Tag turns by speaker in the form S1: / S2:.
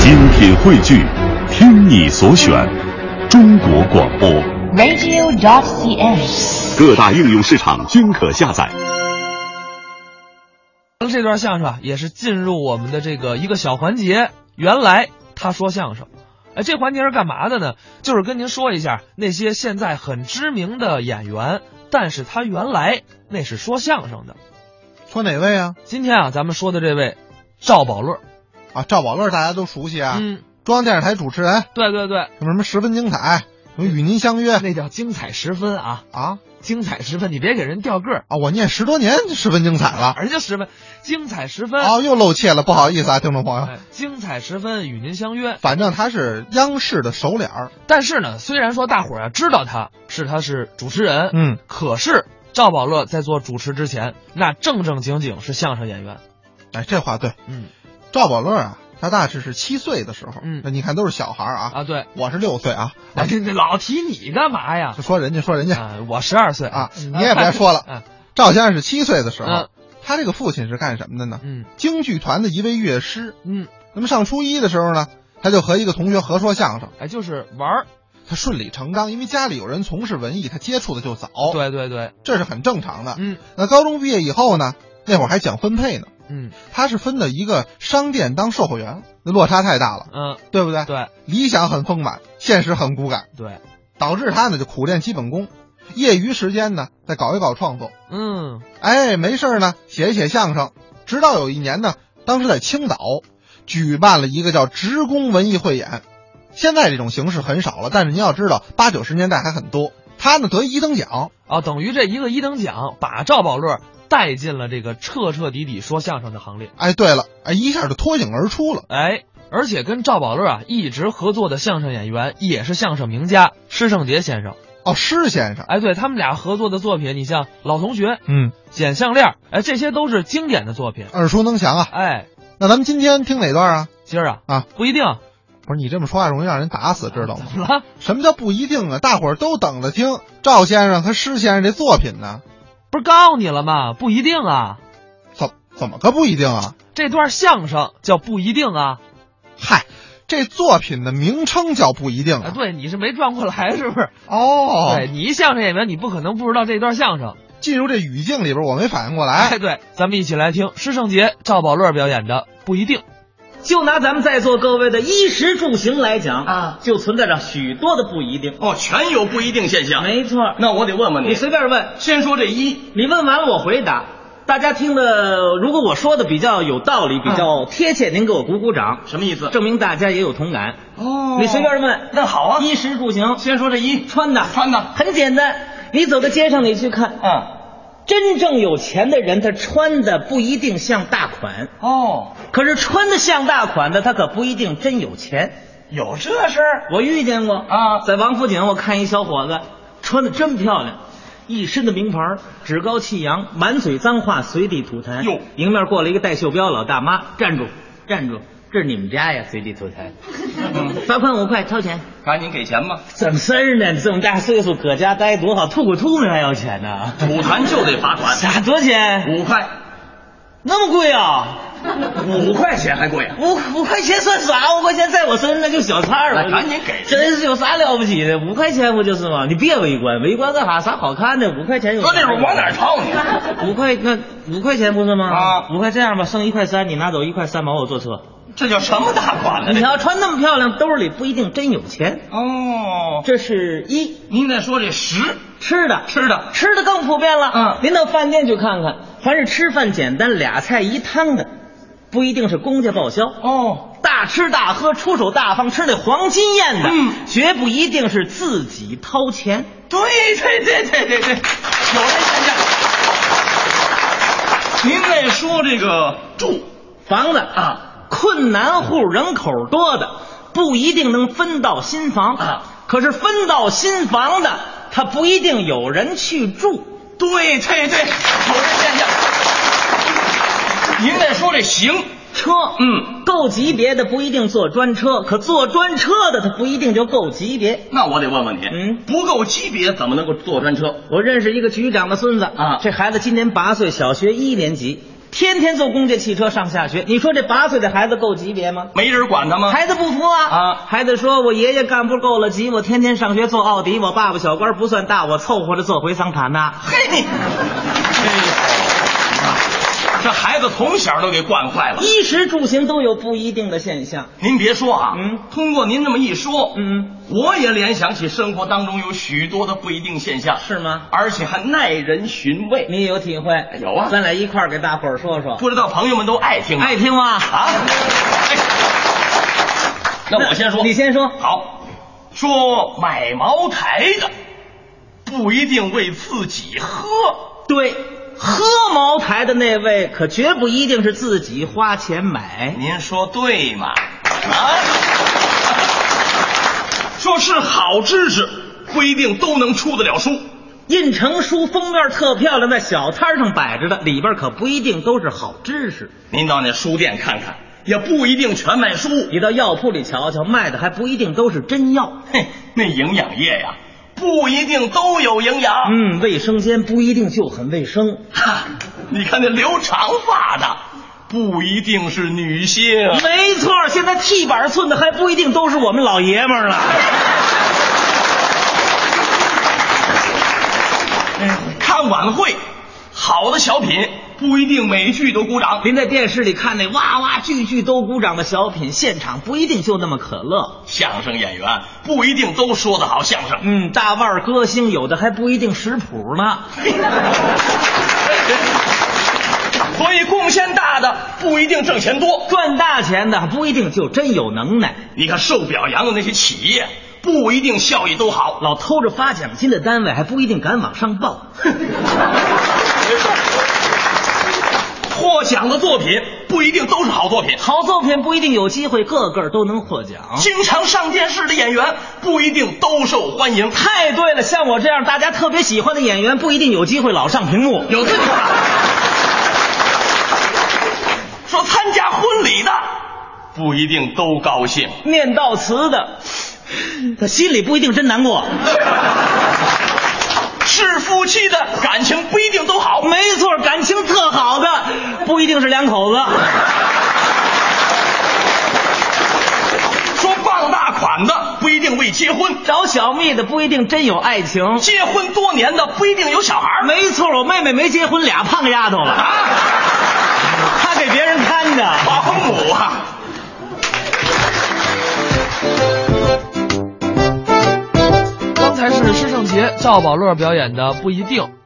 S1: 精品汇聚，听你所选，中国广播。
S2: radio.cn。
S1: 各大应用市场均可下载。
S3: 这段相声啊，也是进入我们的这个一个小环节。原来他说相声，哎，这环节是干嘛的呢？就是跟您说一下那些现在很知名的演员，但是他原来那是说相声的。
S4: 说哪位啊？
S3: 今天啊，咱们说的这位赵宝乐，
S4: 啊，赵宝乐大家都熟悉啊，
S3: 嗯，
S4: 中央电视台主持人，
S3: 对对 对，
S4: 有什么十分精彩，有与您相约
S3: 那叫精彩十分啊，
S4: 啊
S3: 精彩十分，你别给人掉个儿，
S4: 啊！我念十多年就十分精彩 了，
S3: 人家十分精彩十分，
S4: 哦，又露怯了，不好意思啊，听众朋友。
S3: 哎精彩十分与您相约。
S4: 反正他是央视的首脸儿，
S3: 但是呢，虽然说大伙儿啊知道他是他是主持人，
S4: 嗯，
S3: 可是赵宝乐在做主持之前，那正正经经是相声演员。
S4: 哎，这话对。
S3: 嗯
S4: 赵宝乐啊，他大致是七岁的时候，
S3: 嗯
S4: 那你看都是小孩儿啊，
S3: 啊，对，
S4: 我是六岁啊，
S3: 哎，你你老提你干嘛呀
S4: 就？说人家说人家
S3: 啊，我十二岁
S4: 啊，你也 别说了。
S3: 啊，
S4: 赵先生是七岁的时
S3: 嗯
S4: 候，他这个父亲是干什么的呢？
S3: 嗯
S4: 京剧团的一位乐师。
S3: 嗯，
S4: 那么上初一的时候呢，他就和一个同学合说相声，
S3: 哎，就是玩儿，
S4: 他顺理成章，因为家里有人从事文艺，他接触的就早，，
S3: 对对对，
S4: 这是很正常的。
S3: 嗯
S4: 那高中毕业以后呢，那会儿还讲分配呢，
S3: 嗯
S4: 他是分到一个商店当售货员，那落差太大了，
S3: 嗯，
S4: 对不对？
S3: 对
S4: 理想很丰满，现实很骨感，
S3: 对，
S4: 导致他呢就苦练基本功，业余时间呢再搞一搞创作，
S3: 嗯
S4: 哎，没事儿呢写一写相声，直到有一年呢，当时在青岛举办了一个叫职工文艺汇演，现在这种形式很少了，但是您要知道八九十年代还很多，他呢得一等奖，
S3: 啊，等于这一个一等奖把赵宝乐带进了这个彻彻底底说相声的行列。
S4: 哎，对了，哎一下就脱颖而出了，
S3: 哎，而且跟赵宝乐啊一直合作的相声演员也是相声名家施圣杰先生。
S4: 哦，施先生，
S3: 哎，对他们俩合作的作品，你像《老同学》《
S4: 嗯，
S3: 捡项链》，哎，这些都是经典的作品。
S4: 耳熟能详啊。
S3: 哎，
S4: 那咱们今天听哪段啊？
S3: 今儿啊
S4: 啊，
S3: 不一定，
S4: 不是你这么说话容易让人打死，知道
S3: 怎
S4: 吗？
S3: 么了？
S4: 什么叫不一定啊？大伙儿都等着听赵先生和施先生这作品呢，
S3: 不是告诉你了吗？不一定啊，
S4: 怎怎么个不一定啊？
S3: 这段相声叫不一定啊。
S4: 嗨，这作品的名称叫不一定
S3: 哎，
S4: 啊。
S3: 对，你是没转过来是不是？
S4: 哦
S3: 啊对，你一相声演员，你不可能不知道这段相声。
S4: 进入这语境里边，我没反应过
S3: 哎，
S4: 来。
S3: 对，咱们一起来听施圣杰、赵宝乐表演的《不一定》。
S5: 就拿咱们在座各位的衣食住行来讲
S6: 啊
S5: 就存在着许多的不一定。
S6: 哦，全有不一定现象。
S5: 没错，
S6: 那我得问问你，
S5: 你随便问，
S6: 先说这一，
S5: 你问完了我回答。大家听了，如果我说的比较有道理，比
S6: 嗯
S5: 较贴切，您给我鼓鼓掌，
S6: 什么意思？
S5: 证明大家也有同感。
S6: 哦
S5: 你随便问，
S6: 那好啊
S5: 衣食住行，
S6: 先说这一，
S5: 穿的
S6: 穿的
S5: 很简单，你走到街上你去看，
S6: 嗯，
S5: 真正有钱的人，他穿的不一定像大款，
S6: 哦，
S5: 可是穿的像大款的，他可不一定真有钱。
S6: 有这事儿
S5: 我遇见过
S6: 啊
S5: 在王府井我看一小伙子，穿的真漂亮，一身的名牌，趾高气扬，满嘴脏话，随地吐痰。
S6: 哟
S5: 哎迎面过来一个戴袖标老大妈，站住，站住，这是你们家呀，随地吐痰， 罚款五块，掏钱。
S6: 赶嗯紧给钱吧，
S5: 怎么事儿呢？你这么大岁数搁家待多好，吐口吐沫还要钱呢？
S6: 吐痰就得罚款
S5: 啥多少钱？
S6: 五块，
S5: 那么贵啊？
S6: 五块钱还贵啊？
S5: 五五块钱算啥？五块钱在我身上那就小菜儿了。
S6: 哎赶紧给
S5: 真是有啥了不起的？五块钱不就是吗？你别围观，围观干啥？啥好看的？五块钱有啥
S6: 说
S5: 好看
S6: 这
S5: 的？
S6: 会儿往哪儿掏 你？
S5: 五块那五块钱不是吗？
S6: 啊
S5: 五块这样吧，剩一块三，你拿走一块三毛，我坐车。
S6: 这叫什么大款呢？
S5: 你
S6: 这
S5: 要穿那么漂亮，兜里不一定真有钱。
S6: 哦，
S5: 这是一
S6: 您再说这十
S5: 吃的，
S6: 吃的，
S5: 吃的更普遍了。
S6: 嗯
S5: 您到饭店去看看，凡是吃饭简单俩菜一汤的，不一定是公家报销。
S6: 哦，
S5: 大吃大喝、出手大方、吃那黄金宴的，
S6: 嗯
S5: 绝不一定是自己掏钱。
S6: 对对对对对对，有这现象。您再说这个住，
S5: 房子
S6: 啊，
S5: 困难户人口多的，不一定能分到新房
S6: 啊。
S5: 可是分到新房的，他不一定有人去住。
S6: 对对对，有这现象。您再说这行，
S5: 车，
S6: 嗯，
S5: 够级别的不一定坐专车，可坐专车的他不一定就够级别。
S6: 那我得问问你，
S5: 嗯
S6: 不够级别怎么能够坐专车？
S5: 我认识一个局长的孙子
S6: 啊
S5: 这孩子今年八岁，小学一年级，天天坐公家汽车上下学。你说这八岁的孩子够级别吗？
S6: 没人管他吗？
S5: 孩子不服啊！
S6: 啊
S5: 孩子说：“我爷爷干部够了级，我天天上学坐奥迪，我爸爸小官不算大，我凑合着坐回桑塔纳。”
S6: 嘿你，哎呀这孩子从小都给惯坏了。
S5: 衣食住行都有不一定的现象。
S6: 您别说啊，
S5: 嗯
S6: 通过您这么一说，
S5: 嗯，
S6: 我也联想起生活当中有许多的不一定现象，
S5: 是吗
S6: 而且还耐人寻味。
S5: 你也有体会？
S6: 有啊
S5: 咱俩一块儿给大伙儿说说。
S6: 不知道朋友们都爱听吗
S5: 爱听吗？
S6: 啊？哎那我先说，
S5: 你先说。
S6: 好，说买茅台的不一定为自己喝，
S5: 对，喝茅台的那位可绝不一定是自己花钱买。
S6: 您说对吗？啊，说是好知识，不一定都能出得了书。
S5: 印成书封面特漂亮，在小摊上摆着的，里边可不一定都是好知识。
S6: 您到那书店看看，也不一定全卖书。
S5: 你到药铺里瞧瞧，卖的还不一定都是真药。
S6: 嘿，那营养液呀，不一定都有营养。
S5: 嗯，卫生间不一定就很卫生。
S6: 哈，你看那留长发的，不一定是女性。
S5: 没错，现在剃板寸的还不一定都是我们老爷们儿了。
S6: 看晚会，好的小品不一定每句都鼓掌。
S5: 您在电视里看那哇哇句句都鼓掌的小品，现场不一定就那么可乐。
S6: 相声演员不一定都说得好相声。
S5: 嗯，大腕儿歌星有的还不一定识谱呢。
S6: 所以贡献大的不一定挣钱多。
S5: 赚大钱的不一定就真有能耐，
S6: 你看受表扬的那些企业，不一定效益都好。
S5: 老偷着发奖金的单位还不一定敢往上报。
S6: 获奖的作品不一定都是好作品。
S5: 好作品不一定有机会个个都能获奖。
S6: 经常上电视的演员不一定都受欢迎。
S5: 太对了，像我这样大家特别喜欢的演员，不一定有机会老上屏幕。
S6: 有这句话，说参加婚礼的不一定都高兴。
S5: 念悼词的，他心里不一定真难过。
S6: 是夫妻的感情不一定都好。
S5: 没错，感情特好的不一定是两口子。
S6: 说傍大款的不一定为结婚，
S5: 找小蜜的不一定真有爱情。
S6: 结婚多年的不一定有小孩儿。
S5: 没错，我妹妹没结婚，俩胖丫头了，
S6: 啊，
S5: 她给别人看着。
S6: 保姆啊。
S3: 刚才是施圣杰、赵宝乐表演的《不一定》。